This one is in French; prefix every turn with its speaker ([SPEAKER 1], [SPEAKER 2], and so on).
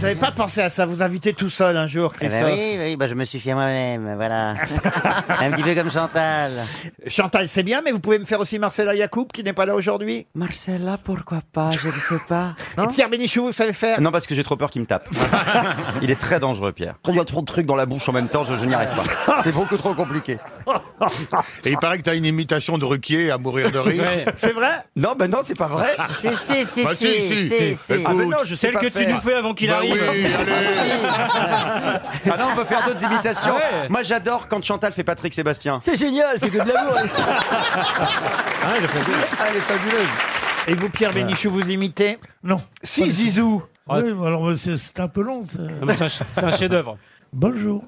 [SPEAKER 1] J'avais pas pensé à ça, vous invitez tout seul un jour,
[SPEAKER 2] Eh ben
[SPEAKER 1] Christophe.
[SPEAKER 2] oui, oui, bah je me suis fier moi-même, voilà. un petit peu comme Chantal.
[SPEAKER 1] Chantal, c'est bien, mais vous pouvez me faire aussi Marcella Yacoub, qui n'est pas là aujourd'hui.
[SPEAKER 2] Marcella, pourquoi pas Je ne sais pas.
[SPEAKER 1] Et Pierre Bénichou, vous savez faire
[SPEAKER 3] Ah Non, parce que j'ai trop peur qu'il me tape. Il est très dangereux, Pierre. Il y a trop de trucs dans la bouche en même temps, je, je n'y arrive pas. C'est beaucoup trop compliqué.
[SPEAKER 4] Et il paraît que t'as une imitation de Ruquier à mourir de rire.
[SPEAKER 1] C'est vrai
[SPEAKER 3] Non, ben non, c'est pas vrai. Ah,
[SPEAKER 5] Si, si, si,
[SPEAKER 4] Bah si, si, si. Écoute,
[SPEAKER 3] ben non, je sais
[SPEAKER 6] Celle
[SPEAKER 3] pas
[SPEAKER 6] que tu
[SPEAKER 3] faire.
[SPEAKER 6] nous fais avant qu'il
[SPEAKER 4] bah
[SPEAKER 6] arrive.
[SPEAKER 4] oui, allez.
[SPEAKER 3] Ah non, on peut faire d'autres imitations. Moi, j'adore quand Chantal fait Patrick Sébastien.
[SPEAKER 7] C'est génial, c'est que de l'amour.
[SPEAKER 3] Ah, Elle est fabuleuse.
[SPEAKER 1] Et vous, Pierre Bénichou, vous imitez
[SPEAKER 8] Non.
[SPEAKER 1] Si, Zizou
[SPEAKER 8] Oui, alors euh, c'est c'est un peu long. ça.
[SPEAKER 6] Non, Ah, mais C'est un ch- c'est un chef-d'œuvre.
[SPEAKER 8] Bonjour.